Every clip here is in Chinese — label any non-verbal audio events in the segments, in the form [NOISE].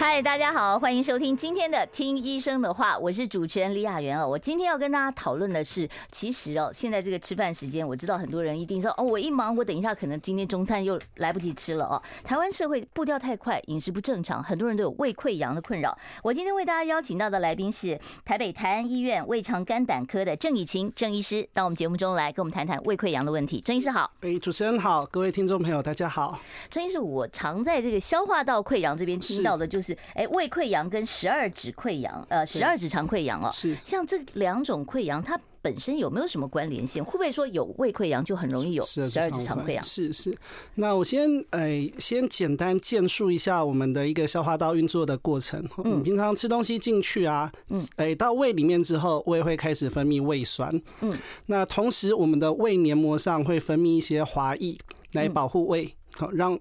嗨，大家好，欢迎收听今天的《听医生的话》，我是主持人李雅媛哦。我今天要跟大家讨论的是，其实哦，现在这个吃饭时间，我知道很多人一定说哦，我一忙，我等一下可能今天中餐又来不及吃了哦。台湾社会步调太快，饮食不正常，很多人都有胃溃疡的困扰。我今天为大家邀请到的来宾是台北台安医院胃肠肝胆科的郑以晴郑医师，到我们节目中来跟我们谈谈胃溃疡的问题。郑医师好。哎，主持人好，各位听众朋友大家好。郑医师，我常在这个消化道溃疡这边听到的就是。是哎，胃溃疡跟十二指溃疡，呃，十二指肠溃疡哦，是像这两种溃疡，它本身有没有什么关联性？会不会说有胃溃疡就很容易有啊十二指肠溃疡？是是。那我先哎，先简单简述一下我们的一个消化道运作的过程。嗯，我们平常吃东西进去啊，嗯，哎，到胃里面之后，胃会开始分泌胃酸，嗯，那同时我们的胃黏膜上会分泌一些滑液来保护胃，好、嗯、让。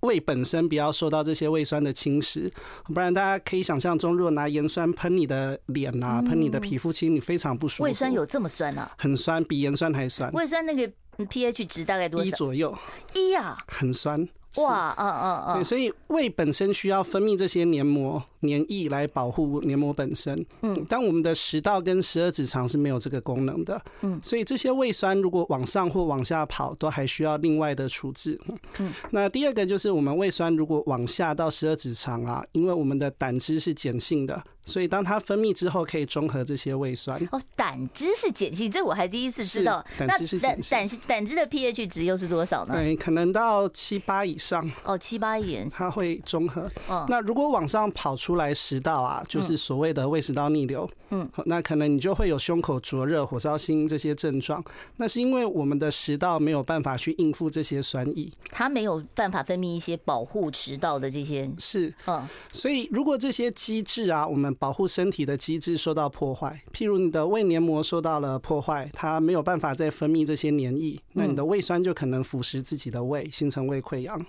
胃本身不要受到这些胃酸的侵蚀，不然大家可以想象中，如果拿盐酸喷你的脸啊，喷你的皮肤，其实你非常不舒服。嗯胃酸有这么酸啊？很酸，比盐酸还酸。胃酸那个 pH 值大概多少？啊一左右。一啊？很酸。哇，嗯嗯嗯，对，所以胃本身需要分泌这些黏膜黏液来保护黏膜本身。嗯，但我们的食道跟十二指肠是没有这个功能的。嗯，所以这些胃酸如果往上或往下跑，都还需要另外的处置。嗯，那第二个就是我们胃酸如果往下到十二指肠啊，因为我们的胆汁是碱性的。所以当它分泌之后，可以中和这些胃酸。哦，胆汁是碱性，这我还第一次知道。胆汁是碱性。胆胆汁的 pH 值又是多少呢？对，哎可能到七八以上。哦，七八以上，它会中和。哦，那如果往上跑出来食道啊，就是所谓的胃食道逆流。嗯，那可能你就会有胸口灼热、火烧心这些症状。那是因为我们的食道没有办法去应付这些酸液，它没有办法分泌一些保护食道的这些。是。嗯，所以如果这些机制啊，我们保护身体的机制受到破坏，譬如你的胃黏膜受到了破坏，它没有办法再分泌这些黏液，那你的胃酸就可能腐蚀自己的胃，形成胃溃疡。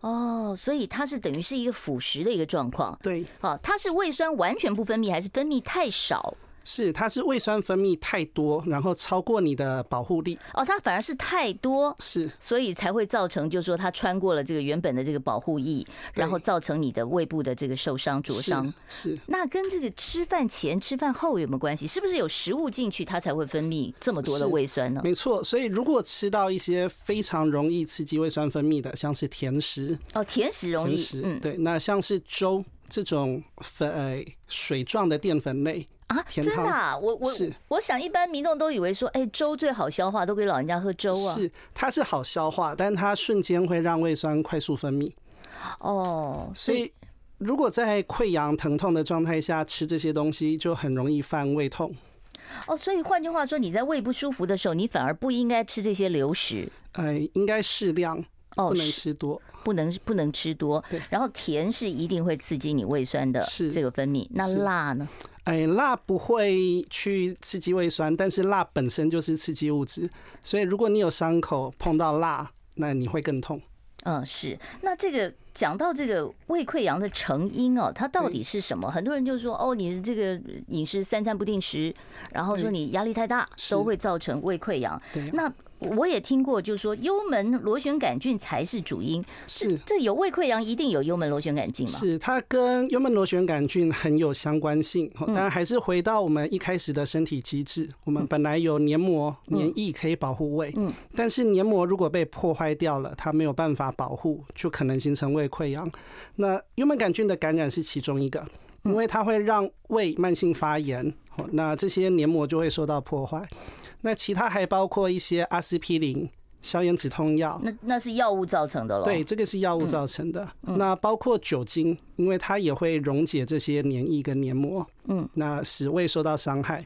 哦，所以它是等于是一个腐蚀的一个状况。对，哦，它是胃酸完全不分泌，还是分泌太少？是，它是胃酸分泌太多，然后超过你的保护力。哦，它反而是太多，是，所以才会造成，就是说它穿过了这个原本的这个保护翼，然后造成你的胃部的这个受伤灼伤。是，那跟这个吃饭前、吃饭后有没有关系？是不是有食物进去，它才会分泌这么多的胃酸呢？没错，所以如果吃到一些非常容易刺激胃酸分泌的，像是甜食，哦，甜食容易，甜食嗯，对，那像是粥这种粉、呃、水状的淀粉类。啊，真的、啊，我我我想一般民众都以为说，哎、欸，粥最好消化，都给老人家喝粥啊。是，它是好消化，但它瞬间会让胃酸快速分泌。哦，所以如果在溃疡疼痛的状态下吃这些东西，就很容易犯胃痛。哦，所以换句话说，你在胃不舒服的时候，你反而不应该吃这些流食。呃，应该适量。哦，不能吃多，不能不能吃多。然后甜是一定会刺激你胃酸的这个分泌。那辣呢？哎，辣不会去刺激胃酸，但是辣本身就是刺激物质，所以如果你有伤口碰到辣，那你会更痛。嗯，是。那这个讲到这个胃溃疡的成因哦，它到底是什么？很多人就说哦，你这个饮食三餐不定时，然后说你压力太大，都会造成胃溃疡。那我也听过，就是说幽门螺旋杆菌才是主因。是，这有胃溃疡一定有幽门螺旋杆菌吗？是，它跟幽门螺旋杆菌很有相关性。哦当然，还是回到我们一开始的身体机制。我们本来有黏膜、黏液可以保护胃，嗯，但是黏膜如果被破坏掉了，它没有办法保护，就可能形成胃溃疡。那幽门杆菌的感染是其中一个。因为它会让胃慢性发炎，哦那这些黏膜就会受到破坏。那其他还包括一些阿司匹林、消炎止痛药，那那是药物造成的了。对，这个是药物造成的。嗯、那包括酒精，因为它也会溶解这些黏液跟黏膜，嗯，那使胃受到伤害。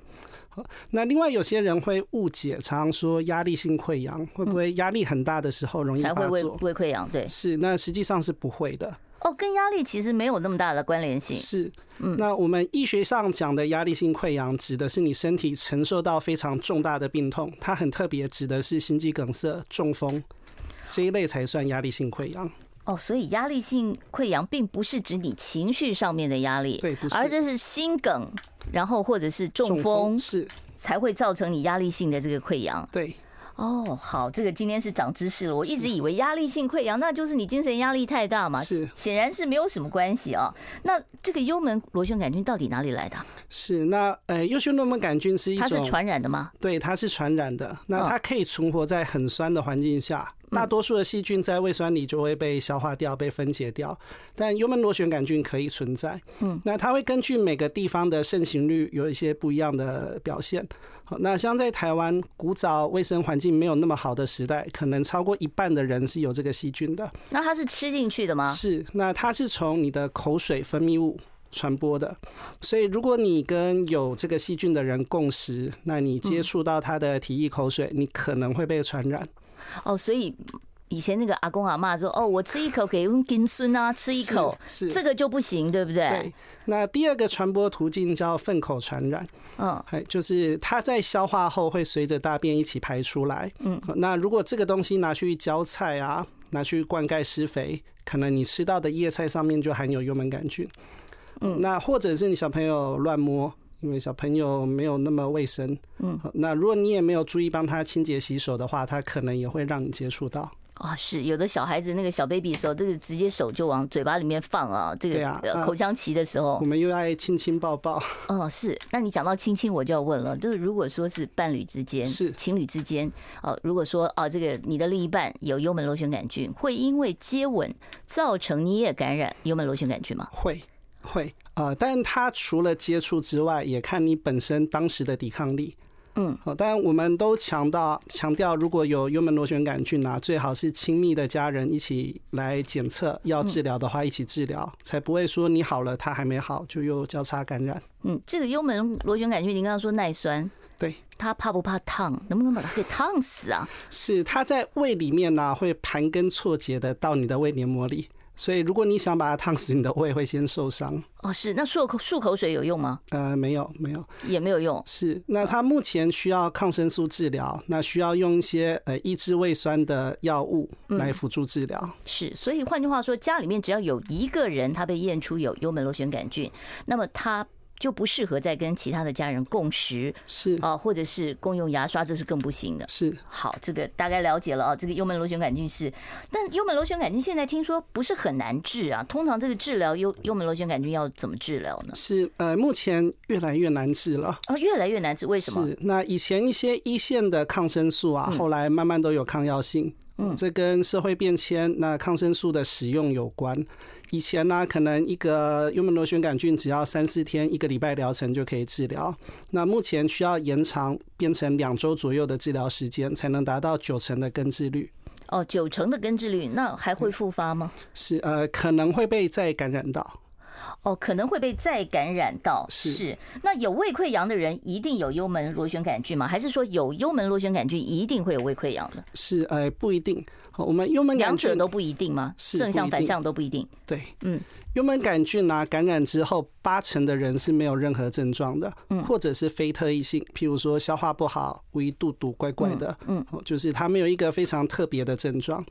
那另外有些人会误解，常常说压力性溃疡会不会压力很大的时候容易发作？才会胃溃疡，对，是那实际上是不会的。哦，跟压力其实没有那么大的关联性。是，那我们医学上讲的压力性溃疡，指的是你身体承受到非常重大的病痛，它很特别，指的是心肌梗塞、中风。这一类才算压力性溃疡。哦，所以压力性溃疡并不是指你情绪上面的压力，对不是而这是心梗，然后或者是中风风是，才会造成你压力性的这个溃疡。对，哦，好，这个今天是长知识了。我一直以为压力性溃疡那就是你精神压力太大嘛，是显然是没有什么关系哦。那这个幽门螺旋杆菌到底哪里来的啊？是那呃，优秀诺门杆菌是一它是种，传染的吗？对，它是传染的，那嗯它可以存活在很酸的环境下。大多数的细菌在胃酸里就会被消化掉、被分解掉，但幽门螺旋杆菌可以存在。嗯，那它会根据每个地方的盛行率有一些不一样的表现。好，那像在台湾古早卫生环境没有那么好的时代，可能超过一半的人是有这个细菌的。那它是吃进去的吗？是，那它是从你的口水分泌物传播的，所以如果你跟有这个细菌的人共食，那你接触到他的体液口水，你可能会被传染。哦，所以以前那个阿公阿妈说，哦，我吃一口给金孙啊，吃一口，是是这个就不行，对不对？对，那第二个传播途径叫粪口传染，嗯，哎，就是它在消化后会随着大便一起排出来。嗯，那如果这个东西拿去浇菜啊，拿去灌溉施肥，可能你吃到的叶菜上面就含有幽门杆菌。嗯，那或者是你小朋友乱摸。因为小朋友没有那么卫生，嗯，那如果你也没有注意帮他清洁洗手的话，他可能也会让你接触到。啊、是有的小孩子那个小 baby 的时候，这个直接手就往嘴巴里面放啊，这对个啊呃呃口腔期的时候我，们又爱亲亲抱抱，嗯，是。那你讲到亲亲，我就要问了，就是如果说是伴侣之间、是情侣之间，哦，如果说哦，这个你的另一半有幽门螺旋杆菌，会因为接吻造成你也感染幽门螺旋杆菌吗？会会啊、呃，但它除了接触之外，也看你本身当时的抵抗力。嗯，好、当然我们都强调强调，如果有幽门螺旋杆菌啊，最好是亲密的家人一起来检测，要治疗的话一起治疗，才不会说你好了，他还没好就又交叉感染。嗯，这个幽门螺旋杆菌，您刚刚说耐酸，对，它怕不怕烫？能不能把它给烫死啊？是它在胃里面呢、会盘根错节的到你的胃黏膜里，所以如果你想把它烫死，你的胃会先受伤。哦，是，那漱口漱口水有用吗？呃，没有没有，也没有用。是，那他目前需要抗生素治疗，那需要用一些呃抑制胃酸的药物来辅助治疗。是，所以换句话说，家里面只要有一个人他被验出有幽门螺旋杆菌，那么他就不适合再跟其他的家人共食是啊、或者是共用牙刷，这是更不行的。是，好，这个大概了解了啊。这个幽门螺旋杆菌是，但幽门螺旋杆菌现在听说不是很难治啊。通常这个治疗幽幽门螺旋杆菌要怎么治疗呢？是，呃，目前越来越难治了。啊，越来越难治，为什么？嗯是，那以前一些一线的抗生素啊，后来慢慢都有抗药性。嗯，这跟社会变迁、那抗生素的使用有关。以前呢、可能一个幽门螺旋杆菌只要三四天、一个礼拜疗程就可以治疗。那目前需要延长，变成两周左右的治疗时间，才能达到九成的根治率。哦，九成的根治率，那还会复发吗？是呃，可能会被再感染到。哦，可能会被再感染到。是那有胃溃疡的人一定有幽门螺旋杆菌吗？还是说有幽门螺旋杆菌一定会有胃溃疡的？是呃，不一定。好我们幽门杆两者菌都不一定吗？是正不向一反定向都不一定。对，嗯，幽门杆菌啊，感染之后，八成的人是没有任何症状的，嗯，或者是非特异性，譬如说消化不好、无一肚肚、怪怪的，嗯，哦就是他没有一个非常特别的症状。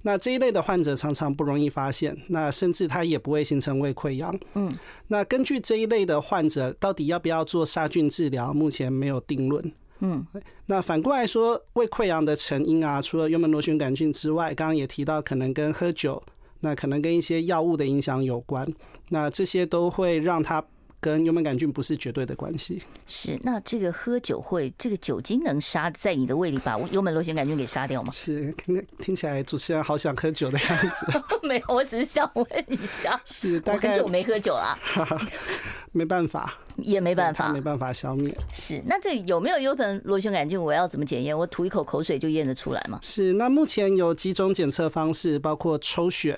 那这一类的患者常常不容易发现，那甚至他也不会形成胃溃疡，嗯。那根据这一类的患者，到底要不要做杀菌治疗，目前没有定论。嗯，那反过来说，胃溃疡的成因啊，除了幽门螺旋杆菌之外，刚刚也提到，可能跟喝酒，那可能跟一些药物的影响有关，那这些都会让它跟幽门杆菌不是绝对的关系。？是。那这个喝酒会，这个酒精能杀在你的胃里把幽门螺旋杆菌给杀掉 [LAUGHS] 吗是，听听起来主持人好想喝酒的样 [LAUGHS] 子。没有，我只是想问一下。是，我大很概久没喝酒了，没办法，也没没办法没。办法消灭。是，那这有没有幽门螺旋杆菌？我要怎么检验？我吐一口口水就验得出来吗？是，那目前有几种检测方式，包括抽血，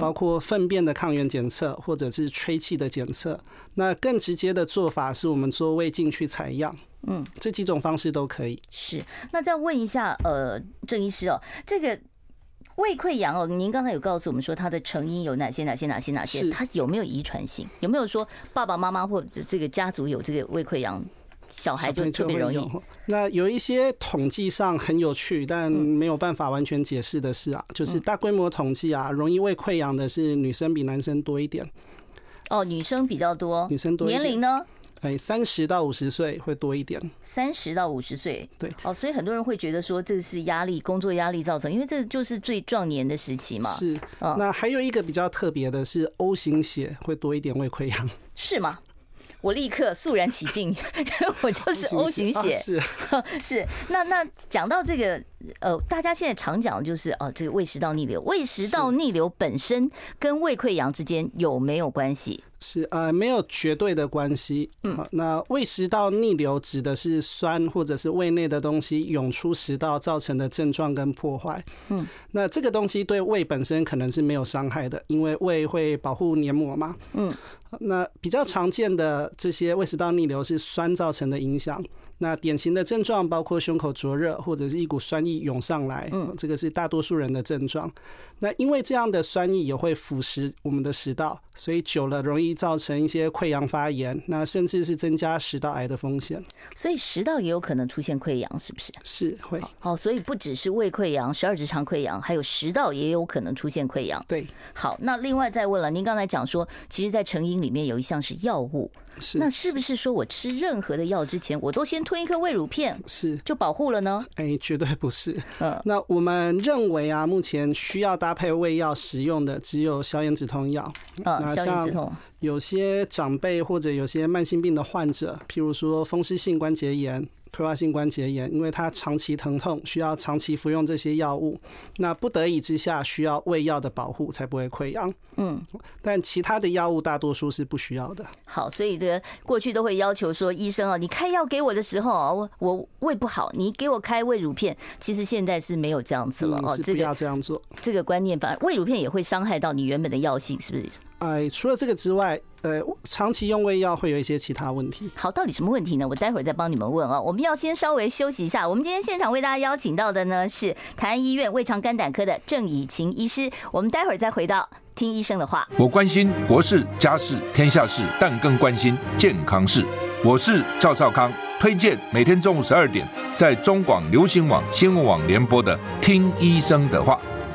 包括粪便的抗原检测，或者是吹气的检测。那更直接的做法是我们做胃镜去采样。嗯，这几种方式都可以。是，那再问一下，呃，郑医师哦，这个胃溃疡哦，您刚才有告诉我们说它的成因有哪些、哪些、哪些、哪些，是它有没有遗传性？有没有说爸爸妈妈或者这个家族有这个胃溃疡小孩小朋就友特别会容易有。那有一些统计上很有趣，但嗯没有办法完全解释的是啊，就是大规模统计啊，容易胃溃疡的是女生比男生多一点，哦，女生比较多，女生多一年点龄呢？哎，三十到五十岁会多一点。三十到五十岁，对哦，所以很多人会觉得说这是压力、工作压力造成，因为这就是最壮年的时期嘛，是，嗯那还有一个比较特别的是 O 型血会多一点胃溃疡，是吗？我立刻肃然起敬， [LAUGHS] 因为我就是 [LAUGHS] 啊 O 型血，是 [LAUGHS] 是。那那讲到这个，呃，大家现在常讲的就是哦，这个胃食道逆流，胃食道逆流本身跟胃溃疡之间有没有关系？是呃没有绝对的关系。嗯，那胃食道逆流指的是酸或者是胃内的东西涌出食道造成的症状跟破坏。嗯，那这个东西对胃本身可能是没有伤害的，因为胃会保护黏膜嘛。嗯，那比较常见的这些胃食道逆流是酸造成的影响。那典型的症状包括胸口灼热或者是一股酸意涌上来，嗯，这个是大多数人的症状。那因为这样的酸液也会腐蚀我们的食道，所以久了容易造成一些溃疡发炎，那甚至是增加食道癌的风险。所以食道也有可能出现溃疡，是不是？是会，哦，所以不只是胃溃疡、十二指肠溃疡，还有食道也有可能出现溃疡。对，好，那另外再问了，您刚才讲说，其实，在成因里面有一项是药物，是那是不是说我吃任何的药之前，我都先吞一颗胃乳片是。就保护了呢？哎、绝对不是。嗯那我们认为啊，目前需要搭配胃药使用的只有消炎止痛药。啊，那消炎止像痛，有些长辈或者有些慢性病的患者，譬如说风湿性关节炎、退化性关节炎，因为他长期疼痛，需要长期服用这些药物，那不得已之下需要胃药的保护，才不会溃疡。嗯，但其他的药物大多数是不需要的。好，所以这个过去都会要求说，医生啊，你开药给我的时候啊，我我胃不好，你给我开胃乳片。其实现在是没有这样子了嗯哦，是这不个要这样做。这个观念，反而胃乳片也会伤害到你原本的药性，是不是？哎，除了这个之外，呃，长期用胃药会有一些其他问题。好，到底什么问题呢？我待会儿再帮你们问啊。我们要先稍微休息一下。我们今天现场为大家邀请到的呢是台安医院胃肠肝胆科的郑以晴医师。我们待会儿再回到听医生的话。我关心国事、家事、天下事，但更关心健康事。我是赵少康，推荐每天中午十二点在中广流行网、新闻网联播的《听医生的话》。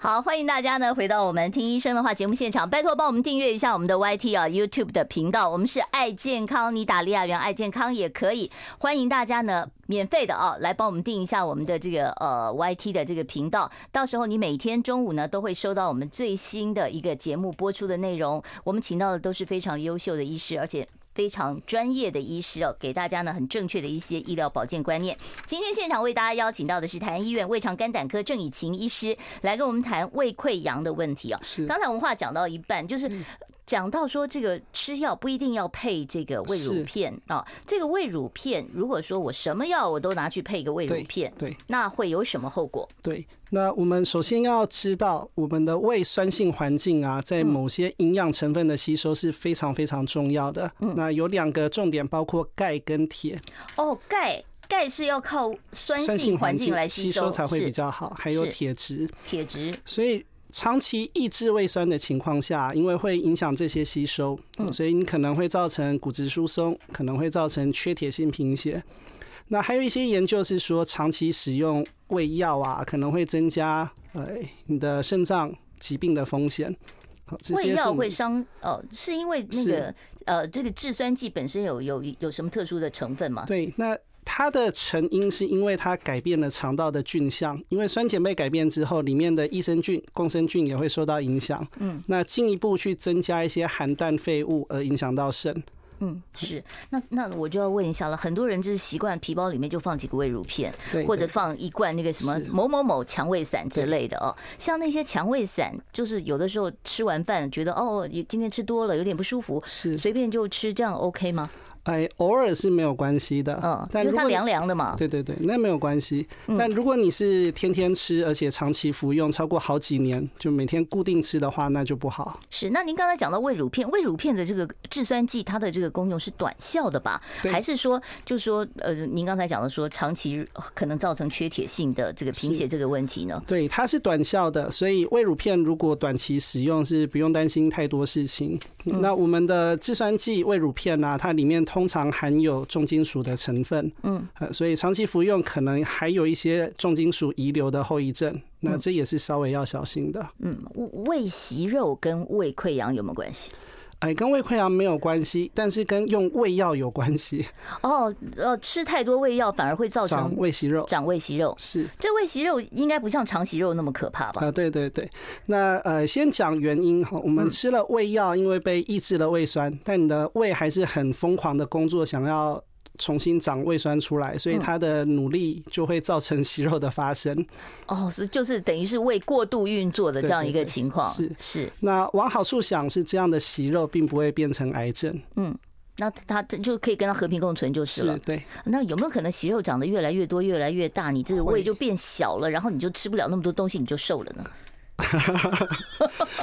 好，欢迎大家呢回到我们听医生的话节目现场，拜托帮我们订阅一下我们的 YT 啊 YouTube 的频道，我们是爱健康，你打李雅媛爱健康也可以，欢迎大家呢免费的啊来帮我们订一下我们的这个呃 YT 的这个频道，到时候你每天中午呢都会收到我们最新的一个节目播出的内容，我们请到的都是非常优秀的医师，而且。非常专业的医师哦，给大家呢很正确的一些医疗保健观念。今天现场为大家邀请到的是台安医院胃肠肝胆科郑以晴医师，来跟我们谈胃溃疡的问题啊。是嗯刚才我们话讲到一半，就是讲到说这个吃药不一定要配这个胃乳是片啊。这个胃乳片，如果说我什么药我都拿去配一个胃乳对片，对那会有什么后果？对，那我们首先要知道，我们的胃酸性环境啊，在嗯某些营养成分的吸收是非常非常重要的。嗯那有两个重点，包括钙跟铁，哦，钙。钙是要靠酸酸性性环环境来吸吸收，才会是比较好，还有是铁质。铁质所以长期抑制胃酸的情况下，因为会影响这些吸收，嗯所以你可能会造成骨质疏松，可能会造成缺铁性贫血。那还有一些研究是说，长期使用胃药啊，可能会增加呃你的肾脏疾病的风险。好这些胃是药你会伤哦，是因为那是个呃，这个制酸剂本身有有有什么特殊的成分吗？对，那它的成因是因为它改变了肠道的菌相，因为酸碱被改变之后，里面的益生菌、共生菌也会受到影响。嗯，那进一步去增加一些含氮废物，而影响到肾。嗯，是。那那我就要问一下了，很多人就是习惯皮包里面就放几个胃乳片，对，或者对放一罐那个什么是某某某强胃散之类的哦。像那些强胃散，就是有的时候吃完饭觉得哦，今天吃多了有点不舒服，是随便就吃，这样 OK 吗？哎，偶尔是没有关系的，嗯，但因如为果你它凉凉的嘛。对对对，那没有关系嗯。但如果你是天天吃，而且长期服用超过好几年，就每天固定吃的话，那就不好。是，那您刚才讲到胃乳片，胃乳片的这个制酸剂，它的这个功用是短效的吧？对还是说，就说呃，您刚才讲的说长期呃可能造成缺铁性的这个贫血是这个问题呢？对，它是短效的，所以胃乳片如果短期使用是不用担心太多事情。嗯那我们的制酸剂胃乳片呢、它里面通常含有重金属的成分，嗯呃，所以长期服用可能还有一些重金属遗留的后遗症，那这也是稍微要小心的。嗯，胃息肉跟胃溃疡有没有关系？哎，跟胃溃疡没有关系，但是跟用胃药有关系，哦，呃，吃太多胃药反而会造长成胃息肉长胃息肉。是。这胃息肉应该不像肠息肉那么可怕吧？啊，对对对，那呃，先讲原因哈。我嗯们吃了胃药，因为被抑制了胃酸，但你的胃还是很疯狂的工作，想要重新长胃酸出来，嗯所以它的努力就会造成 [LAUGHS] 息肉的发生。哦，是就是等于是胃过度运作的这对样对一个呃对情况。是是，那往好处想，是这样的息肉并不会变成癌症，那它就可以跟它和平共存就是了是。对。那有没有可能息肉长得越来越多、越来越大，你这个胃会就变小了，然后你就吃不了那么多东西，你就瘦了呢？哦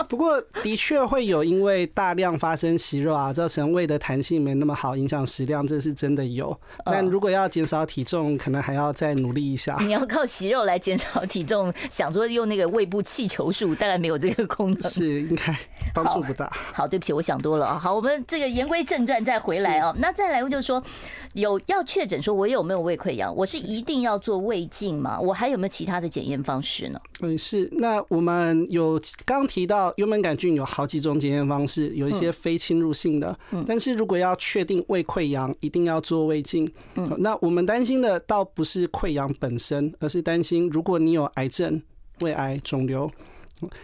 不过的确会有因为大量发生息肉啊，造成胃的弹性没那么好，影响食量，这是真的哦有。但如果要减少体重，可能还要再努力一下。你要靠息肉来减少体重，想说用那个胃部气球术，大概没有这个功能。是应该帮助不大。好，对不起，我想多了啊。好，我们这个言归正传，再回来哦。那再来就是说，有要确诊说我有没有胃溃疡，我是一定要做胃镜吗？我还有没有其他的检验方式呢？嗯，是。那我们有刚提到幽门杆菌有好几种检验方式，有一些非侵入性的，但是如果要确定胃溃疡，一定要做胃镜。嗯、那我们担心的倒不是溃疡本身，而是担心如果你有癌症、胃癌、肿瘤。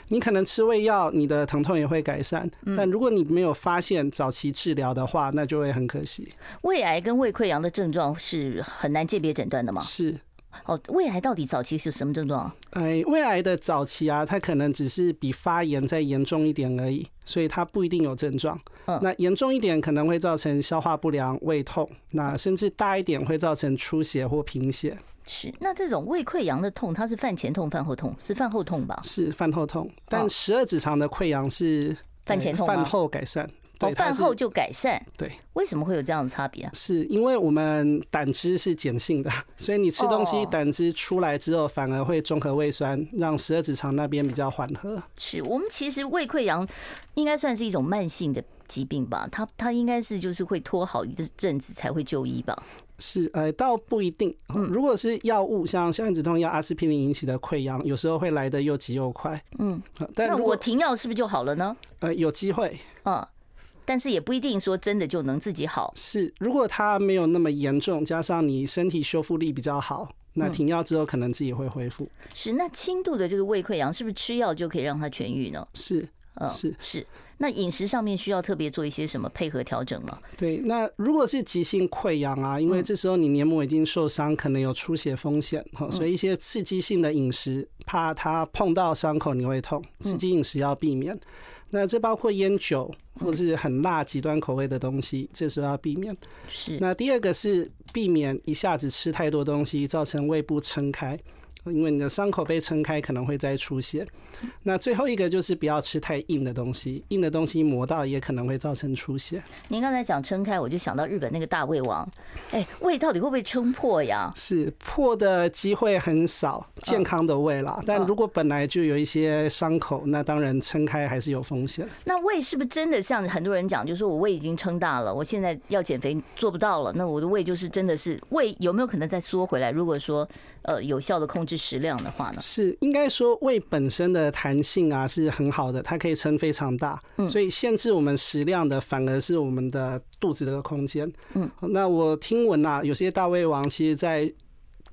你可能吃胃药，你的疼痛也会改善，但如果你没有发现早期治疗的话，那就会很可惜。胃癌跟胃溃疡的症状是很难鉴别诊断的吗？是，哦，胃癌到底早期是什么症状啊？哎，胃癌的早期啊，它可能只是比发炎再严重一点而已，所以它不一定有症状。嗯那严重一点可能会造成消化不良、胃痛，嗯那甚至大一点会造成出血或贫血，是，那这种胃溃疡的痛，它是饭前痛、饭后痛，是饭后痛吧？是饭后痛。哦但十二指肠的溃疡是饭哎前痛吗饭后改善，哦对，，它饭是后就改善，对。为什么会有这样的差别啊？是因为我们胆汁是碱性的， [LAUGHS] 所以你吃东西哦胆汁出来之后，反而会中和胃酸，让十二指肠那边比较缓和。是我们其实胃溃疡应该算是一种慢性的疾病吧，它它应该是就是会拖好一阵子才会就医吧。是，呃，倒不一定。嗯如果是药物，像消炎止痛药阿司匹林引起的溃疡，有时候会来的又急又快。嗯呃，但那如我果停药是不是就好了呢？呃有机会啊，但是也不一定说真的就能自己好。是，如果它没有那么严重，加上你身体修复力比较好，那嗯停药之后可能自己会恢复。是，那轻度的这个胃溃疡是不是吃药就可以让它痊愈呢？是，嗯，是是。那饮食上面需要特别做一些什么配合调整吗？对。那如果是急性溃疡啊，因为这时候你黏膜已经受伤，可能有出血风险，哈，所以一些刺激性的饮食，怕它碰到伤口你会痛，刺激饮食要避免。那这包括烟酒或是很辣极端口味的东西，这时候要避免。是，那第二个是避免一下子吃太多东西，造成胃部撑开，因为你的伤口被撑开可能会再出血。那最后一个就是不要吃太硬的东西，硬的东西磨到也可能会造成出血。您刚才讲撑开，我就想到日本那个大胃王，哎，胃到底会不会撑破呀？是破的机会很少，健康的胃啦。但如果本来就有一些伤口，那当然撑开还是有风险。那胃是不是真的像很多人讲，就说我胃已经撑大了，我现在要减肥做不到了，那我的胃就是真的是胃有没有可能再缩回来？如果说呃有效的控制食量的话呢？是应该说胃本身的弹性啊是很好的，它可以撑非常大，所以限制我们食量的反而是我们的肚子的空间。嗯，那我听闻啊，有些大胃王其实在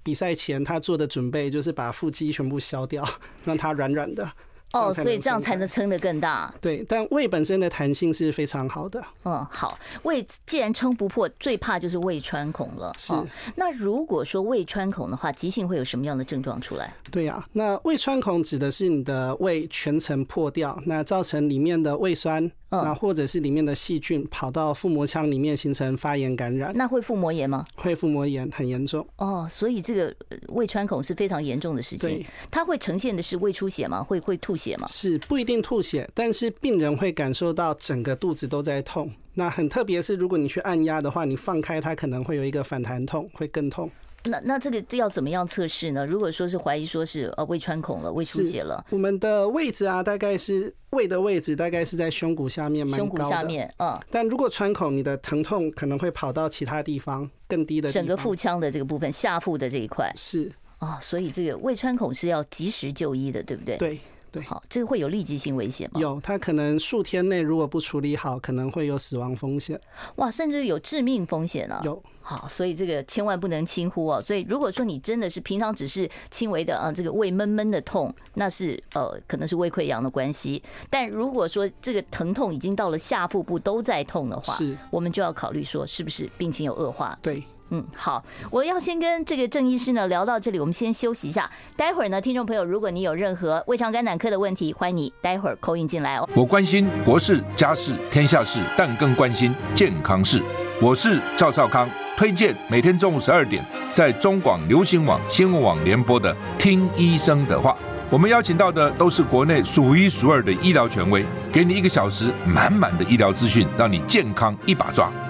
比赛前他做的准备就是把腹肌全部削掉，让它软软的。哦，这样才所以能这样撑才开能撑得更大。对，但胃本身的弹性是非常好的。嗯，好，胃既然撑不破，最怕就是胃穿孔了。是哦那如果说胃穿孔的话，急性会有什么样的症状出来？对啊呀、那胃穿孔指的是你的胃全层破掉，那造成里面的胃酸、嗯那或者是里面的细菌跑到腹膜腔里面形成发炎感染，那会腹膜炎吗？会腹膜炎很严重。哦，所以这个呃胃穿孔是非常严重的事情对。它会呈现的是胃出血吗？会会吐血吗？是不一定吐血，但是病人会感受到整个肚子都在痛。那很特别是，如果你去按压的话，你放开它可能会有一个反弹痛，会更痛。那那这个这要怎么样测试呢？如果说是怀疑说是呃胃穿孔了、胃出是血了，我们的位置啊，大概是胃的位置，大概是在胸骨下面，蛮胸骨高下的。面，嗯，但如果穿孔，你的疼痛可能会跑到其他地方，更低的地整方个腹腔的这个部分、下腹的这一块是哦，所以这个胃穿孔是要及时就医的，对不对？。对对，好，这个会有立即性危险吗？有它可能数天内如果不处理好，可能会有死亡风险。哇，甚至有致命风险啊！有好，所以这个千万不能轻忽哦。所以如果说你真的是平常只是轻微的啊，呃这个胃闷闷的痛，那是呃可能是胃溃疡的关系。但如果说这个疼痛已经到了下腹部都在痛的话，是我们就要考虑说是不是病情有恶化。对，嗯，好，我要先跟这个郑医师呢聊到这里，我们先休息一下。待会儿呢，听众朋友，如果你有任何胃肠肝胆科的问题，欢迎你待会儿扣印进来哦。我关心国事、家事、天下事，但更关心健康事。我是赵少康，推荐每天中午十二点在中广流行网、新闻网联播的《听医生的话》。我们邀请到的都是国内数一数二的医疗权威，给你一个小时满满的医疗资讯，让你健康一把抓。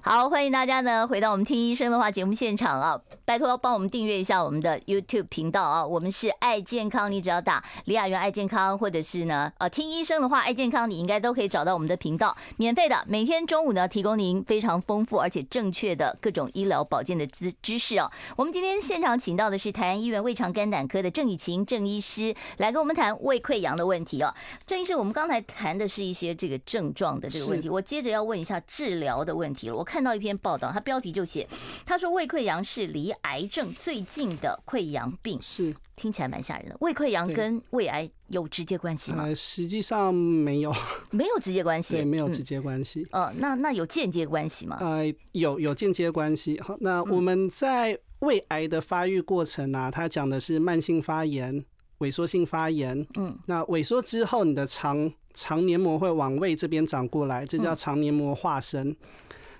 好，欢迎大家呢回到我们听医生的话节目现场啊！拜托帮我们订阅一下我们的 YouTube 频道啊，我们是爱健康，你只要打李雅媛爱健康，或者是呢呃听医生的话爱健康，你应该都可以找到我们的频道，免费的，每天中午呢提供您非常丰富而且正确的各种医疗保健的知知识啊。我们今天现场请到的是台湾医院胃肠肝胆科的郑以晴郑医师来跟我们谈胃溃疡的问题哦、郑医师，我们刚才谈的是一些这个症状的这个问题，我接着要问一下治疗的问题了。我看到一篇报道，它标题就写，他说胃溃疡是离癌症最近的溃疡病，是听起来蛮吓人的。胃溃疡对跟胃癌有直接关系吗？呃，实际上没有，没有直接关嗯系，对，没有嗯直接关系。呃，那那有间接关系吗？呃，有有间接关系。好，那嗯我们在胃癌的发育过程啊，它讲的是慢性发炎、萎缩性发炎。嗯，那萎缩之后，你的肠肠黏膜会往胃这边长过来，这嗯叫肠黏膜化生。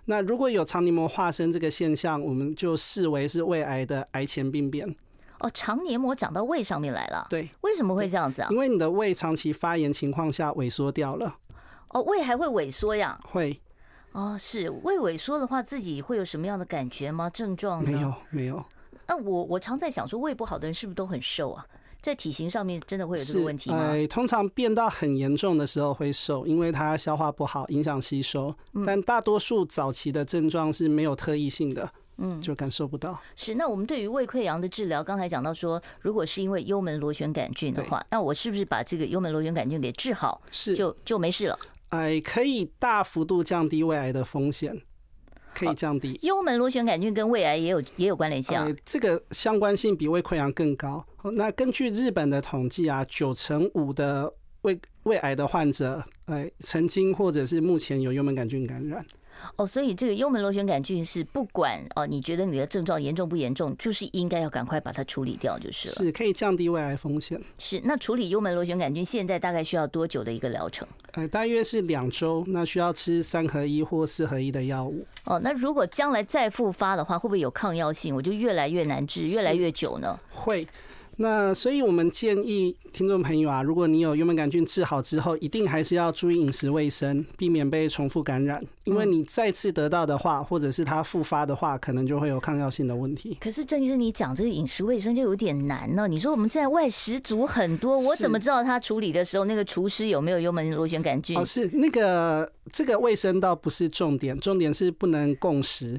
那如果有肠黏膜化生这个现象，我们就视为是胃癌的癌前病变。哦，肠黏膜长到胃上面来了，，对，为什么会这样子啊因？为你的胃长期发炎情况下萎缩掉了，哦，胃还会萎缩呀？会哦，是胃萎缩的话，自己会有什么样的感觉吗？症状呢？没有没有。那我我常在想说，胃不好的人是不是都很瘦啊？在体型上面真的会有这是个问题吗？呃，通常变到很严重的时候会瘦，因为它消化不好，影响吸收。嗯但大多数早期的症状是没有特异性的，嗯，就感受不到。是。那我们对于胃溃疡的治疗，刚才讲到说，如果是因为幽门螺旋杆菌的话，那我是不是把这个幽门螺旋杆菌给治好，是，就就没事了？哎，可以大幅度降低胃癌的风险，可以降低。幽门螺旋杆菌跟胃癌也有也有关联性啊呃，这个相关性比胃溃疡更高。哦那根据日本的统计啊，九成五的胃胃癌的患者，哎，曾经或者是目前有幽门杆菌感染。哦，所以这个幽门螺旋杆菌是不管哦，你觉得你的症状严重不严重，就是应该要赶快把它处理掉就是了。是可以降低胃癌风险，是，那处理幽门螺旋杆菌现在大概需要多久的一个疗程？呃，大约是两周，那需要吃三合一或四合一的药物。哦，那如果将来再复发的话，会不会有抗药性？我就越来越难治，越来越久呢？会，那所以我们建议听众朋友啊，如果你有幽门杆菌治好之后，一定还是要注意饮食卫生，避免被重复感染，因为你再次得到的话，或者是它复发的话，可能就会有抗药性的问题。可是郑医生，你讲这个饮食卫生就有点难呢。你说我们现在外食族很多，我是怎么知道他处理的时候那个厨师有没有幽门螺旋杆菌哦，？是那个这个卫生倒不是重点，重点是不能共食。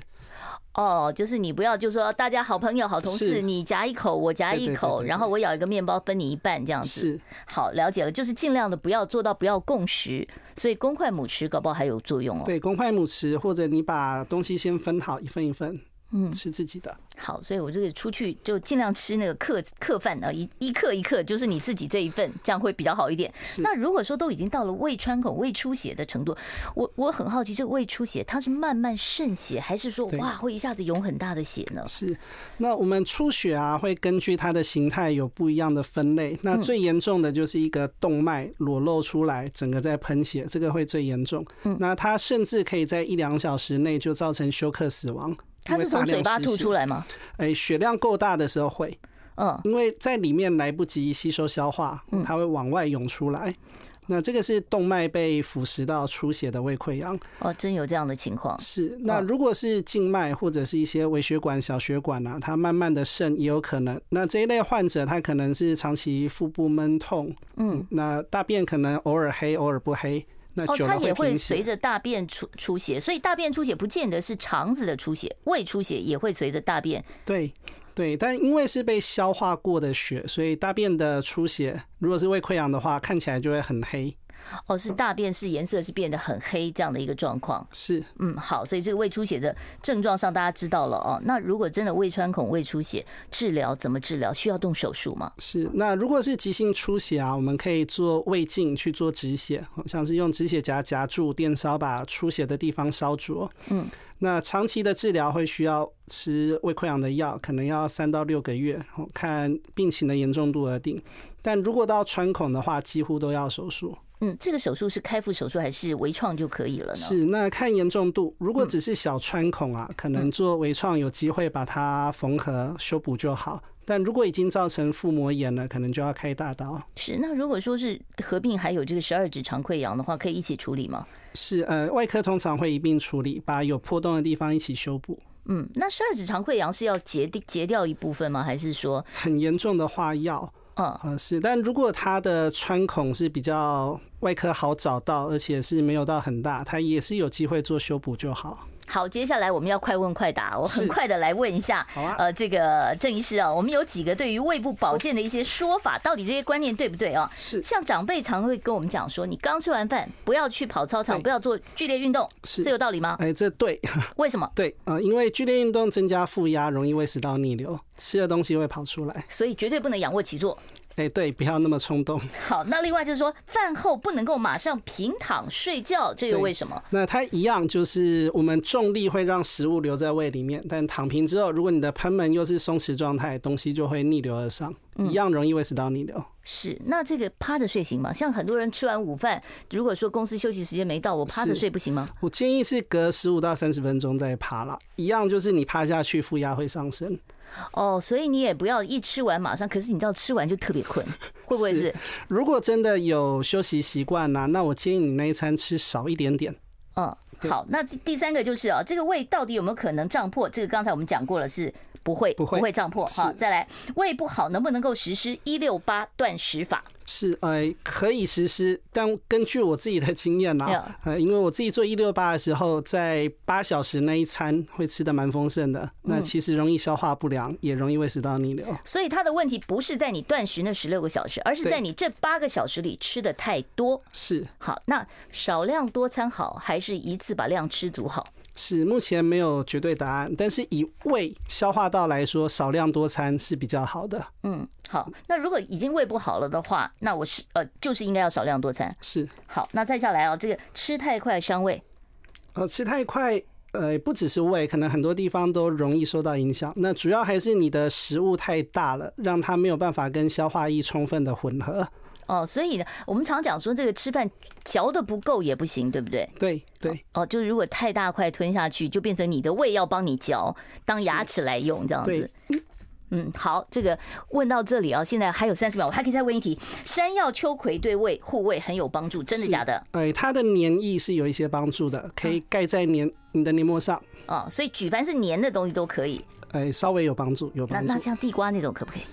哦，就是你不要就说大家好朋友、好同事，是你夹一口，我夹一对对对口，对对然后我咬一个面包分你一半这样子。啊是好，了解了，就是尽量的不要做到不要共食，所以公筷母匙搞不好还有作用哦。对公筷母匙，或者你把东西先分好一份一份，嗯，吃自己的。好，所以我这个出去就尽量吃那个客客饭啊，一一克一克，就是你自己这一份，这样会比较好一点。是那如果说都已经到了胃穿孔、胃出血的程度，我我很好奇，这个胃出血它是慢慢渗血，还是说对哇会一下子涌很大的血呢？是，那我们出血啊，会根据它的形态有不一样的分类。那嗯最严重的就是一个动脉裸露出来，整个在喷血，这个会最严重。嗯那它甚至可以在一两小时内就造成休克死亡。它是从嘴巴吐出来，来吗？哎、血量够大的时候会，嗯，因为在里面来不及吸收消化，它会往外涌出来。那这个是动脉被腐蚀到出血的胃溃疡。哦，真有这样的情况。是，那嗯如果是静脉或者是一些微血管、小血管啊，它慢慢的渗也有可能。那这一类患者，他可能是长期腹部闷痛，嗯，那大便可能偶尔黑，偶尔不黑，那哦，久它了也会贫随血。着大便出出血，所以大便出血不见得是肠子的出血，胃出血也会随着大便对对，但因为是被消化过的血，所以大便的出血，如果是胃溃疡的话，看起来就会很黑。哦，嗯是大便是颜色是变得很黑这样的一个状况。是，嗯，好，所以这个胃出血的症状上大家知道了哦。那如果真的胃穿孔、胃出血，治疗怎么治疗？需要动手术吗？是，那如果是急性出血啊，我们可以做胃镜去做止血，好像是用止血夹夹住电烧，把出血的地方烧灼。嗯，那长期的治疗会需要吃胃溃疡的药，可能要三到六个月，好看病情的严重度而定。但如果到穿孔的话，几乎都要手术。嗯，这个手术是开腹手术还是微创就可以了呢？是，那看严重度，如果只是小穿孔啊，可能做微创有机会把它缝合修补就好。但如果已经造成腹膜炎了，可能就要开大刀。是。那如果说是合并还有这个十二指肠溃疡的话，可以一起处理吗？是呃，外科通常会一并处理，把有破洞的地方一起修补。嗯，那十二指肠溃疡是要截地截掉一部分吗？还是说，很严重的话要嗯，呃是，但如果它的穿孔是比较外科好找到，而且是没有到很大，它也是有机会做修补就好。好，接下来我们要快问快答，我很是快的来问一下，好啊呃，这个郑医师啊，我们有几个对于胃部保健的一些说法，到底这些观念对不对啊？是像长辈常会跟我们讲说，你刚吃完饭不要去跑操场，对不要做剧烈运动，是这有道理吗？ [LAUGHS] 哎、这对为什么？对呃，因为剧烈运动增加负压，容易胃食道逆流，吃的东西会跑出来。所以绝对不能仰卧起坐。哎、对，不要那么冲动。好，那另外就是说，饭后不能够马上平躺睡觉，这又对为什么？那它一样就是我们重力会让食物留在胃里面，但躺平之后，如果你的喷门又是松弛状态，东西就会逆流而上，一样容易胃食道逆流。是，那这个趴着睡行吗？像很多人吃完午饭，如果说公司休息时间没到，我趴着是睡不行吗？我建议是隔十五到三十分钟再爬啦，一样就是你趴下去，负压会上升。哦，所以你也不要一吃完马上，可是你知道吃完就特别困，会不会是是？如果真的有休息习惯呐，那我建议你那一餐吃少一点点。嗯，好，那第第三个就是啊，这个胃到底有没有可能胀破？这个刚才我们讲过了，是不会不会不会胀破哈。是再来，胃不好能不能够实施一六八断食法？是，呃，可以实施，但根据我自己的经验啦 Yeah，呃，因为我自己做一六八的时候，在八小时那一餐会吃的蛮丰盛的，那其实容易消化不良，也容易胃食道逆流。所以它的问题不是在你断食那十六个小时，而是对在你这八个小时里吃的太多。是，好，那少量多餐好，还是一次把量吃足好？是，目前没有绝对答案，但是以胃消化道来说，少量多餐是比较好的。嗯，好。那如果已经胃不好了的话，那我是呃，就是应该要少量多餐。是。好，那再下来啊、这个吃太快伤胃，呃，吃太快，呃，不只是胃，可能很多地方都容易受到影响。那主要还是你的食物太大了，让它没有办法跟消化液充分的混合。哦，所以呢，我们常讲说这个吃饭嚼的不够也不行，对不对？对对，哦，就是如果太大块吞下去，就变成你的胃要帮你嚼，当牙齿来用这样子对。嗯，好，这个问到这里啊，现在还有三十秒，我还可以再问一题：山药、秋葵对胃护胃很有帮助，真的是假的？呃，它的黏液是有一些帮助嗯的，可以盖在黏你的黏膜上，啊、所以举凡是黏的东西都可以。呃，稍微有帮助，有那帮助那，像地瓜那种可不可以？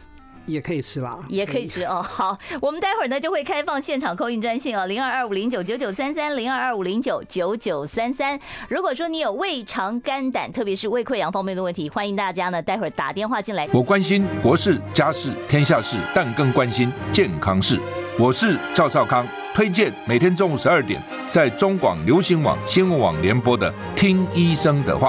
也可以吃啦，也可以吃哦。好，我们待会儿呢就会开放现场扣印专线哦，零二二五零九九九三三零二二五零九九九三三。如果说你有胃肠、肝胆，特别是胃溃疡方面的问题，欢迎大家呢待会儿打电话进来。我关心国事、家事、天下事，但更关心健康事。我是赵少康，推荐每天中午十二点在中广流行网、新闻网联播的《听医生的话》。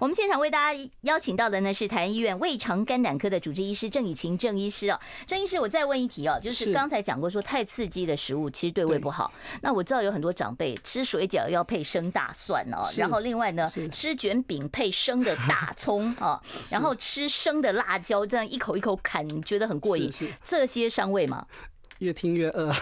我们现场为大家邀请到的呢是台安医院胃肠肝胆科的主治医师郑以晴郑医师哦，郑医师，我再问一题哦，就是是刚才讲过说太刺激的食物其实对胃对不好。那我知道有很多长辈吃水饺要配生大蒜哦，是然后另外呢是吃卷饼配生的大葱 [LAUGHS] 哦，然后吃生的辣椒，这样一口一口啃，你觉得很过瘾。是是这些伤胃吗？越听越饿。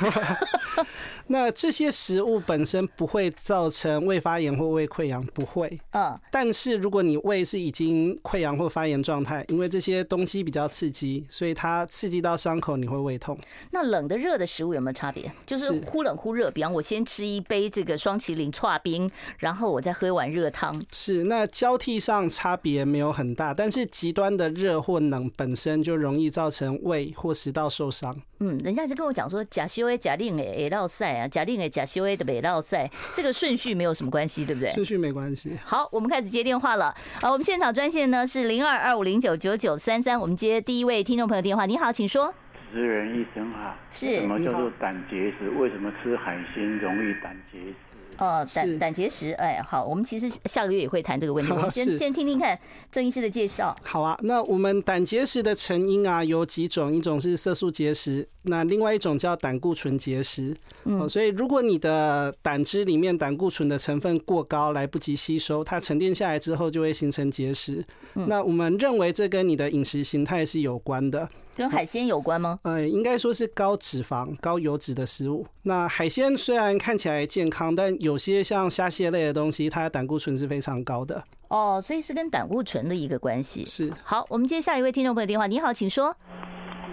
[LAUGHS] 那这些食物本身不会造成胃发炎或胃溃疡，不会。嗯，但是如果你胃是已经溃疡或发炎状态，因为这些东西比较刺激，所以它刺激到伤口，你会胃痛。那冷的热的食物有没有差别？就是是忽冷忽热，比方我先吃一杯这个双麒麟串冰，然后我再喝一碗热汤，是，那交替上差别没有很大，但是极端的热或冷本身就容易造成胃或食道受伤。嗯，人家就跟我讲说，假修 A 假令诶也绕赛啊，假令诶假修 A 的北绕赛，这个顺序没有什么关系，对不对？顺序没关系。好，我们开始接电话了。啊，我们现场专线呢是零二二五零九九九三三，我们接第一位听众朋友电话。你好，请说。主持人医生好，是什么你叫做好胆结石？为什么吃海鲜容易胆结石？哦，胆是胆结石，哎，好，我们其实下个月也会谈这个 [LAUGHS] 问题。我们先是先听听看郑医师的介 [LAUGHS] 绍。好啊，那我们胆结石的成因啊有几种，一种是色素结石，那另外一种叫胆固醇结石。哦，所以如果你的胆汁里面胆固醇的成分过高，来不及吸收，它沉淀下来之后就会形成结石。那我们认为这跟你的饮食形态是有关的。跟海鲜有关吗？呃，应该说是高脂肪、高油脂的食物。那海鲜虽然看起来健康，但有些像虾蟹类的东西，它的胆固醇是非常高的。哦，所以是跟胆固醇的一个关系。是好，我们接下一位听众朋友电话。你好，请说。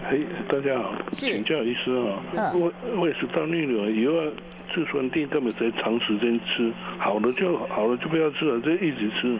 哎，大家好，是请教医生啊、嗯我我也是当逆流，以后制酸定根本在长时间吃，好了就好了就不要吃了，就一直吃。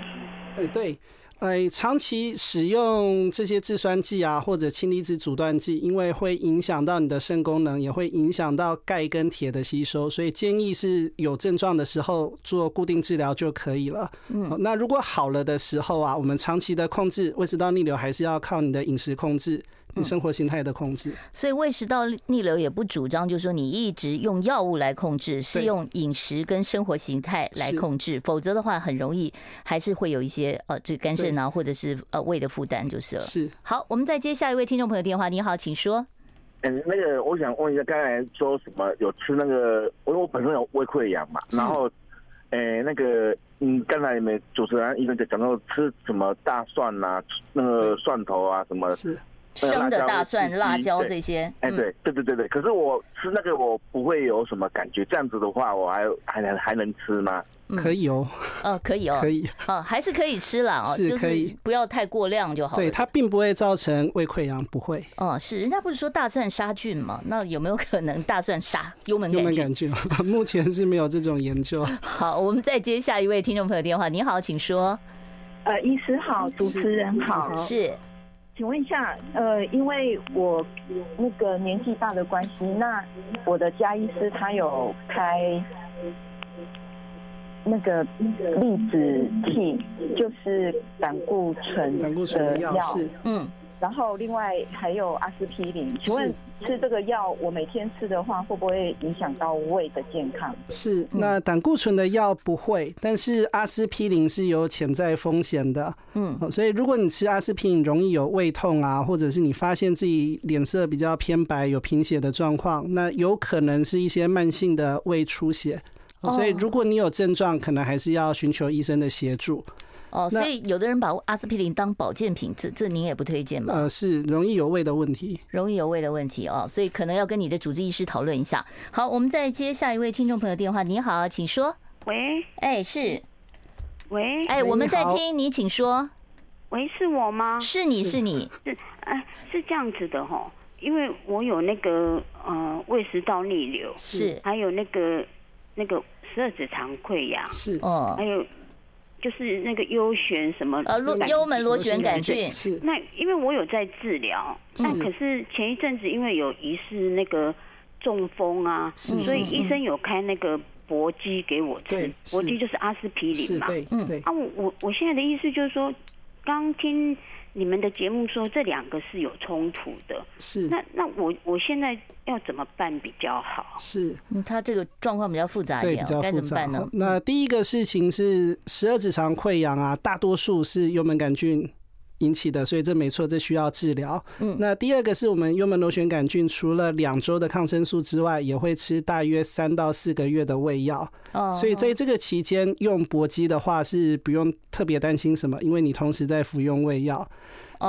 哎，对，哎，长期使用这些制酸剂啊，或者氢离子阻断剂，因为会影响到你的肾功能，也会影响到钙跟铁的吸收，所以建议是有症状的时候做固定治疗就可以了。嗯、那如果好了的时候啊，我们长期的控制胃食道逆流，还是要靠你的饮食控制。你生活形态的控制，所以胃食道逆流也不主张，就是说你一直用药物来控制，是对用饮食跟生活形态来是控制，否则的话很容易还是会有一些呃，这个肝肾啊，或者是呃胃的负担就是了。是好，我们再接下一位听众朋友电话。你好，请说。嗯，那个我想问一下，刚才说什么有吃那个？因为我本身有胃溃疡嘛，然后，诶、那个，嗯，刚才你们主持人一直在讲到吃什么大蒜呐、啊，那个蒜头啊什么，是那个生的辣椒大会蒜、刺激辣椒对这些，哎、嗯，对对对对对。可是我吃那个我不会有什么感觉，这样子的话，我还还能还能吃吗？可以哦，呃，可以哦，可以，哦，还是可以吃啦，哦，是就可是以不要太过量就好了。对它并不会造成胃溃疡，不会哦，是人家不是说大蒜杀菌嘛？那有没有可能大蒜杀幽门幽杆门菌？杆菌， [LAUGHS] 目前是没有这种研究。好，我们再接下一位听众朋友电话。你好，请说。呃，医师好，嗯主持人好，是。请问一下，呃，因为我那个年纪大的关系，那我的家医师他有开那个粒子替，就是胆固醇胆固醇的的药是嗯，然后另外还有阿司匹林。请问吃这个药，我每天吃的话，会不会影响到胃的健康？是，那胆固醇的药不会，但是阿司匹林是有潜在风险的。嗯哦，所以如果你吃阿司匹林容易有胃痛啊，或者是你发现自己脸色比较偏白、有贫血的状况，那有可能是一些慢性的胃出血。哦所以哦如果你有症状，可能还是要寻求医生的协助。哦，那所以有的人把阿司匹林当保健品，这这您也不推荐吧？呃，是容易有胃的问题。容易有胃的问题哦，所以可能要跟你的主治医师讨论一下。好，我们再接下一位听众朋友电话。你好，请说。喂哎，是，喂喂哎，我们你在好啊听你，请说。喂，是我吗？是你是你，是，哎、是这样子的哈，因为我有那个呃胃食道逆流，是还有那个那个十二指肠溃疡，是哦还，有就是那个幽旋什么呃，幽感幽门螺旋杆菌，对是那因为我有在治疗，那是可是前一阵子因为有疑似那个中风啊，所以医生有开那个搏击给我吃嗯对，是搏击就是阿司匹是林嘛。对对啊，我我我现在的意思就是说，刚听你们的节目说这两个是有冲突的，是那那我我现在要怎么办比较好？是，嗯他这个状况比较复杂一对，比点、较哦，该复怎么杂办。呢好？那第一个事情是十二指肠溃疡啊，大多数是幽门杆菌。引起的，所以这没错，这需要治疗。嗯那第二个是我们幽门螺旋杆菌，除了两周的抗生素之外，也会吃大约三到四个月的胃药。哦所以在这个期间用搏击的话是不用特别担心什么，因为你同时在服用胃药。哦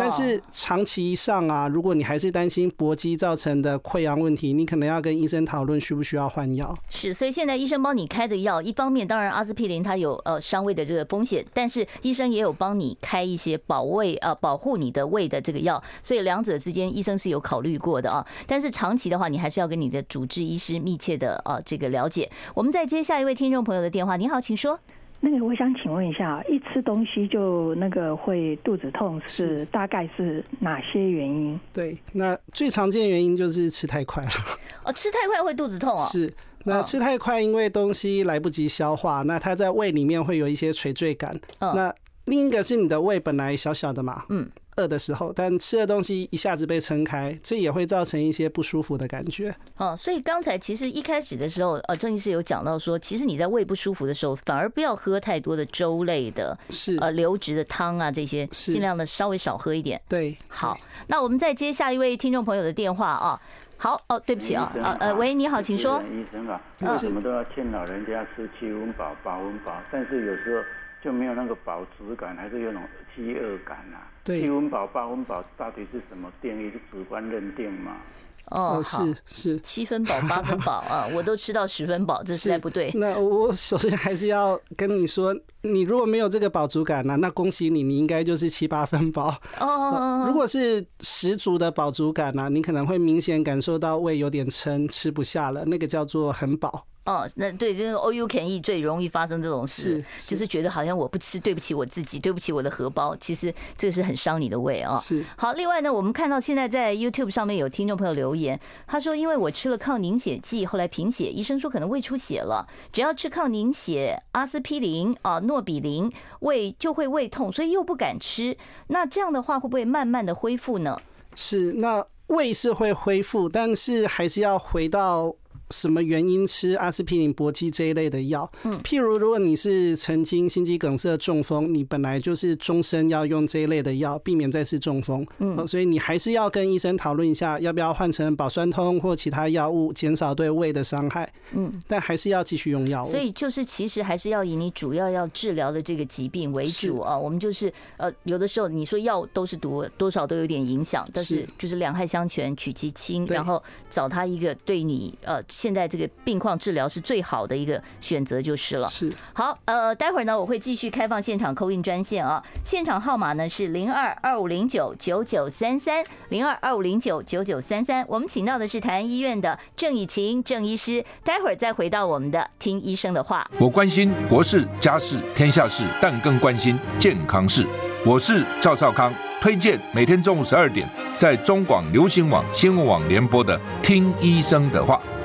但是长期上啊，如果你还是担心搏击造成的溃疡问题，你可能要跟医生讨论需不需要换药。是，所以现在医生帮你开的药，一方面当然阿司匹林它有呃伤胃的这个风险，但是医生也有帮你开一些保胃呃保护你的胃的这个药，所以两者之间医生是有考虑过的啊。但是长期的话，你还是要跟你的主治医师密切的呃这个了解。我们再接下一位听众朋友的电话，你好，请说。那个，我想请问一下，一吃东西就那个会肚子痛是，大概是哪些原因？对，那最常见原因就是吃太快了。哦，吃太快会肚子痛哦。 [LAUGHS] 是，那吃太快，因为东西来不及消化，那它在胃里面会有一些垂坠感。嗯那另一个是你的胃本来小小的嘛，嗯，饿的时候，但吃的东西一下子被撑开，这也会造成一些不舒服的感觉。哦，所以刚才其实一开始的时候，呃，郑医师有讲到说，其实你在胃不舒服的时候，反而不要喝太多的粥类的，是呃，流质的汤啊这些，尽量的稍微少喝一点。对，好，那我们再接下一位听众朋友的电话啊。好，哦，对不起啊，呃呃，喂，你好，请说。医生啊，嗯为什么都要劝老人家吃气温饱、保温饱？但是有时候就没有那个饱足感，还是有种饥饿感啊。对气温饱、保温饱到底是什么定义？是主观认定吗？哦，呃是好，是七分饱、八分饱啊，我都吃到十分饱，这实在 [LAUGHS] 不对。那我首先还是要跟你说，你如果没有这个饱足感呢、啊那恭喜你，你应该就是七八分饱。哦，如果是十足的饱足感呢、啊你可能会明显感受到胃有点撑，吃不下了，那个叫做很饱。哦，那对，就是 O U can E 最容易发生这种事，是就是觉得好像我不吃，对不起我自己，对不起我的荷包。其实这个是很伤你的胃啊、是好，另外呢，我们看到现在在 YouTube 上面有听众朋友留言，他说因为我吃了抗凝血剂，后来贫血，医生说可能胃出血了，只要吃抗凝血阿司匹林啊、诺比林，胃就会胃痛，所以又不敢吃。那这样的话会不会慢慢的恢复呢？是，那胃是会恢复，但是还是要回到什么原因吃阿司匹林、搏击这一类的药。嗯，譬如如果你是曾经心肌梗塞、中风，你本来就是终身要用这一类的药，避免再次中风。嗯呃所以你还是要跟医生讨论一下，要不要换成保酸通或其他药物，减少对胃的伤害。嗯，但还是要继续用药物。所以就是，其实还是要以你主要要治疗的这个疾病为主啊。我们就是呃，有的时候你说药都是毒，多少都有点影响，但是是就是两害相权取其轻，对然后找他一个对你呃现在这个病况治疗是最好的一个选择就是了。是好，呃，待会儿呢我会继续开放现场扣印专线啊，现场号码呢是零二二五零九九九三三零二二五零九九九三三。我们请到的是台安医院的郑以晴郑医师，待会儿再回到我们的听医生的话。我关心国事、家事、天下事，但更关心健康事。我是赵少康，推荐每天中午十二点在中广流行网、新闻网联播的《听医生的话》。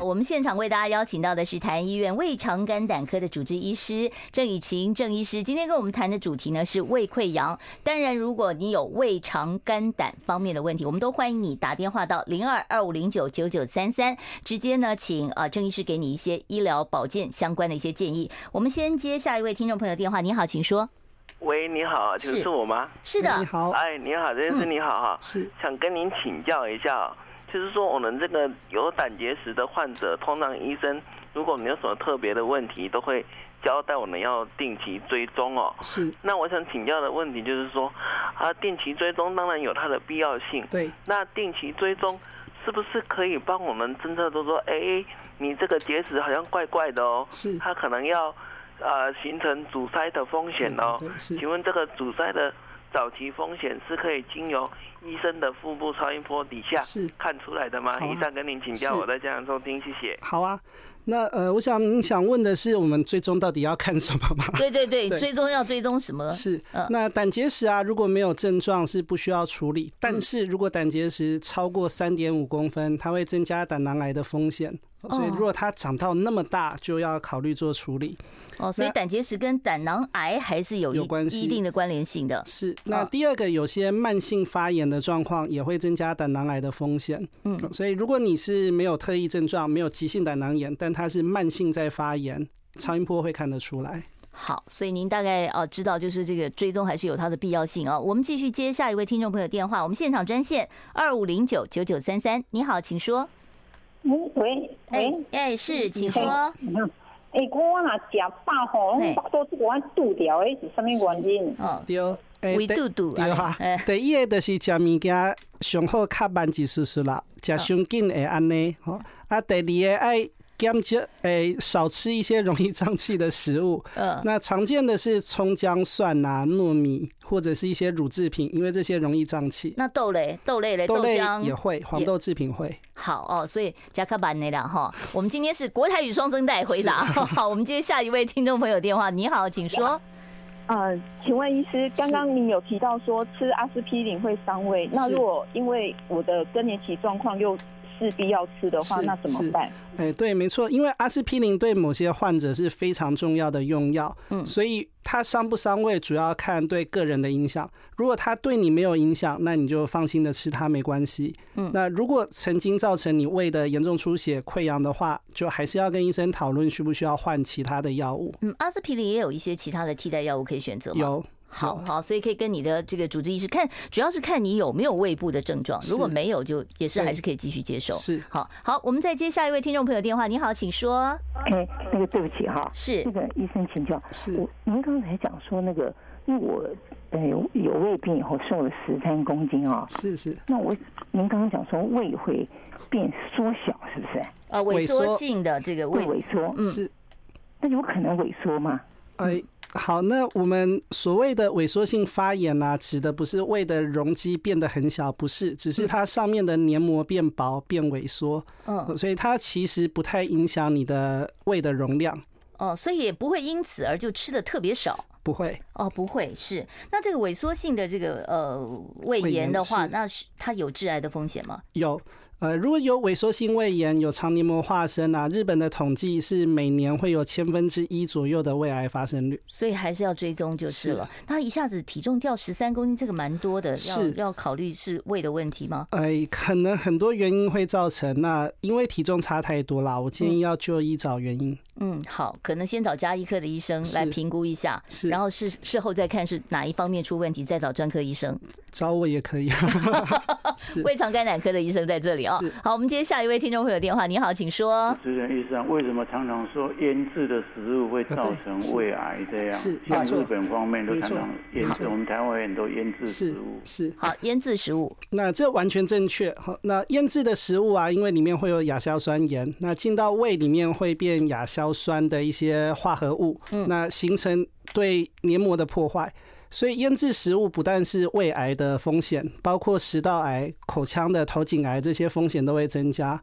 我们现场为大家邀请到的是台安医院胃肠肝胆科的主治医师郑以晴郑医师。今天跟我们谈的主题呢是胃溃疡。当然，如果你有胃肠肝胆方面的问题，我们都欢迎你打电话到零二二五零九九九三三，直接呢请啊郑医师给你一些医疗保健相关的一些建议。我们先接下一位听众朋友电话，你好，请说。喂，你好，请是问是我吗？是的你哦好哎，你好，郑医师，你好哈。是。想跟您请教一下，就是说我们这个有胆结石的患者，通常医生如果没有什么特别的问题，都会交代我们要定期追踪哦。是。那我想请教的问题就是说，啊，定期追踪当然有它的必要性。对。那定期追踪是不是可以帮我们侦测到说，哎，你这个结石好像怪怪的哦，是，它可能要呃形成阻塞的风险哦。对对对是请问这个阻塞的早期风险是可以经由医生的腹部超音波底下看出来的吗？好啊以上跟您请教，是我在家长收听，谢谢。好啊，那呃，我想您想问的是，我们最终到底要看什么吗？对对 [LAUGHS] 对，对追踪要追踪什么？是嗯，那胆结石啊，如果没有症状是不需要处理，嗯但是如果胆结石超过三点五公分，它会增加胆囊癌的风险，所以哦如果它长到那么大，就要考虑做处理。哦，所以那胆结石跟胆囊癌还是有一有关系一定的关联性的。是，那第二个，有些慢性发炎的状况也会增加胆囊癌的风险。嗯所以如果你是没有特异症状，没有急性胆囊炎，但它是慢性在发炎，超音波会看得出来。好，所以您大概啊知道，就是这个追踪还是有它的必要性啊。我们继续接下一位听众朋友电话，我们现场专线二五零九九九三三，你好，请说。喂喂，哎哎是，请说。哎、欸，我若食饱吼，拢嘿腹肚子我堵掉，诶，是啥物原因？哦，对，诶胃第肚哎肚对啊。第一个就是食物件上好较慢一丝丝啦，食伤紧会安尼。哦吼，啊，第二个爱减少诶少吃一些容易胀气的食物。嗯那常见的是葱姜蒜啊、糯米或者是一些乳制品，因为这些容易胀气。那豆类、豆类嘞、豆类浆也会，黄也豆制品会。好哦，所以加克班内啦哈。我们今天是国台语双声带回答。 [LAUGHS] 好，我们接下一位听众朋友电话。你好，请说。呃，请问医师，刚刚您有提到说吃阿司匹林会伤胃，那是如果因为我的更年期状况又势必要吃的话，是那怎么办？？是哎，对，没错，因为阿司匹林对某些患者是非常重要的用药，嗯所以它伤不伤胃主要看对个人的影响。如果它对你没有影响，那你就放心的吃它没关系。嗯那如果曾经造成你胃的严重出血、溃疡的话，就还是要跟医生讨论需不需要换其他的药物。嗯，阿司匹林也有一些其他的替代药物可以选择吗？有。好好，所以可以跟你的这个主治医师看，主要是看你有没有胃部的症状，如果是没有，就也是对还是可以继续接受。是好好，我们再接下一位听众朋友电话。你好，请说。哎，那个对不起哈，是嗯那个医生请教，是我您刚才讲说那个，因为我呃有有胃病以后瘦了十三公斤啊、是是，那我您刚刚讲说胃会变缩小，是不是？呃，萎缩性的这个会胃萎缩，嗯是，那有可能萎缩吗？哎，好，那我们所谓的萎缩性发炎啊，指的不是胃的容积变得很小，不是，只是它上面的黏膜变薄、变萎缩。嗯呃所以它其实不太影响你的胃的容量，哦，所以也不会因此而就吃的特别少。不会。哦，不会是。那这个萎缩性的这个呃胃胃炎炎的话，是那是它有致癌的风险吗？有，呃，如果有萎缩性胃炎、有肠黏膜化生啊，日本的统计是每年会有千分之一左右的胃癌发生率。所以还是要追踪就是了。他一下子体重掉十三公斤，这个蛮多的，要是要考虑是胃的问题吗？哎，可能很多原因会造成。那因为体重差太多啦，我建议要就医找原因。嗯，好，可能先找加医科的医生来是评估一下，然后事事后再看是哪一方面出问题，再找专科医生。找我也可以。 [LAUGHS] 胃肠肝胆科的医生在这里哦是。好，我们接下一位听众朋友电话。你好，[LAUGHS] 请说。主持人医生，为什么常常说腌制的食物会造成胃癌这样？是像没错日本方面都常常没错腌没制，错我们台湾有很多腌制食物。是好，腌制食物。那这完全正确。好，那腌制的食物啊，因为里面会有亚硝酸盐，那进到胃里面会变亚硝酸的一些化合物，嗯那形成对黏膜的破坏。所以腌制食物不但是胃癌的风险，包括食道癌、口腔的头颈癌这些风险都会增加。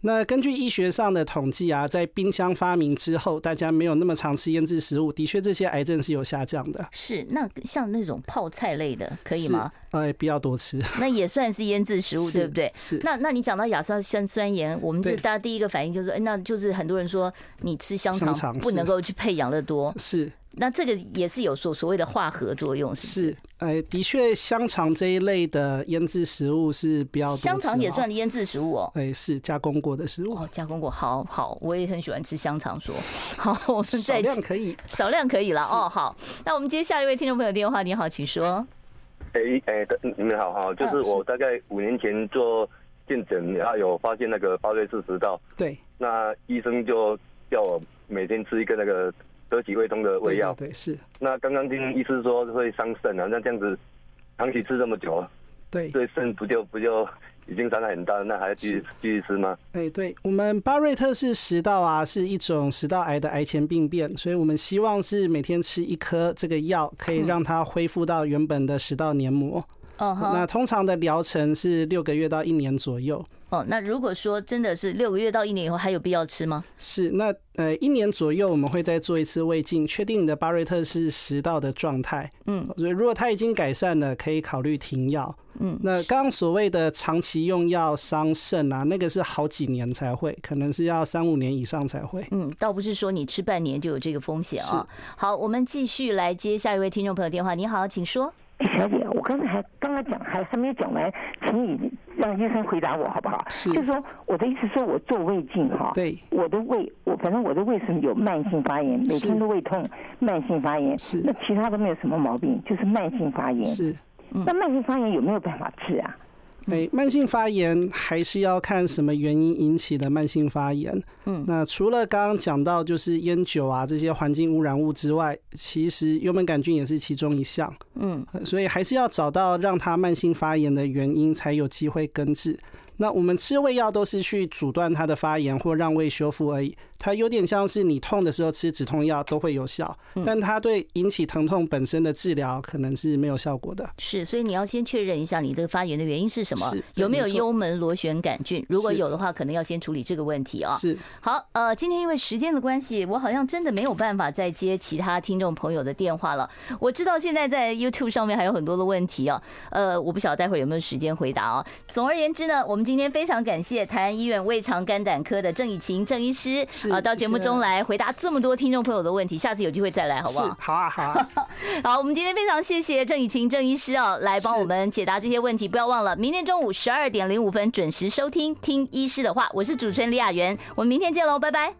那根据医学上的统计啊，在冰箱发明之后，大家没有那么常吃腌制食物，的确这些癌症是有下降的。是，那像那种泡菜类的可以是吗？？哎，不要多吃。 [LAUGHS] 那也算是腌制食物，是对不对？是那那你讲到亚硝酸酸盐，我们就对大家第一个反应就是，哎，那就是很多人说你吃香香肠肠不是能够去配养乐多，是。那这个也是有所所谓的化合作用，是不是？呃，的确，香肠这一类的腌制食物是比较多吃香肠也哈算腌制食物哦。哎、是加工过的食物。哦，加工过，好好，我也很喜欢吃香肠。说好，我们再少量可以，少量可以了哦。好，那我们接下一位听众朋友电话，你好，请说。哎哎，你你们好哈，嗯就是我大概五年前做健诊，然后有发现那个巴瑞氏食道，对，那医生就叫我每天吃一个那个得体胃痛的胃药。对，是那刚刚听医师说会伤肾啊，那这样子长期吃这么久，对对肾不就不就已经伤害很大了，那还要继续继续吃吗？哎、对我们巴瑞特氏食道啊，是一种食道癌的癌前病变，所以我们希望是每天吃一颗这个药，可以让它恢复到原本的食道黏膜。嗯哼那通常的疗程是六个月到一年左右。哦，那如果说真的是六个月到一年以后，还有必要吃吗？是，那呃，一年左右我们会再做一次胃镜，确定你的巴瑞特氏食道的状态。嗯，所以如果它已经改善了，可以考虑停药。嗯，那刚刚所谓的长期用药伤肾啊，那个是好几年才会，可能是要三五年以上才会。嗯，倒不是说你吃半年就有这个风险啊。好，我们继续来接下一位听众朋友电话。你好，请说。哎小姐，我刚才还刚刚讲还还没有讲完，请你让医生回答我好不好？是就是说我的意思说我做胃镜哈，对，我的胃我反正我的胃是有慢性发炎，每天都胃痛，慢性发炎，是，那其他都没有什么毛病，就是慢性发嗯炎，是，嗯那慢性发炎有没有办法治啊？哎，慢性发炎还是要看什么原因引起的慢性发炎。嗯，那除了刚刚讲到就是烟酒啊这些环境污染物之外，其实幽门杆菌也是其中一项。嗯呃所以还是要找到让它慢性发炎的原因，才有机会根治。那我们吃胃药都是去阻断它的发炎或让胃修复而已，它有点像是你痛的时候吃止痛药都会有效，嗯但它对引起疼痛本身的治疗可能是没有效果的。是，所以你要先确认一下你的发炎的原因是什么是对，有没有没错幽门螺旋杆菌？如果是有的话，可能要先处理这个问题啊。是，好，呃，今天因为时间的关系，我好像真的没有办法再接其他听众朋友的电话了。我知道现在在 YouTube 上面还有很多的问题啊，呃，我不晓得待会儿有没有时间回答啊。总而言之呢，我们今天非常感谢台安医院胃肠肝胆科的郑以晴郑医师啊、到节目中来回答这么多听众朋友的问题，下次有机会再来好不好是？好啊，好 [LAUGHS] 啊，好，我们今天非常谢谢郑以晴郑医师啊，来帮我们解答这些问题。不要忘了，明天中午十二点零五分准时收听《听医师的话》，我是主持人李雅媛，我们明天见喽，拜拜。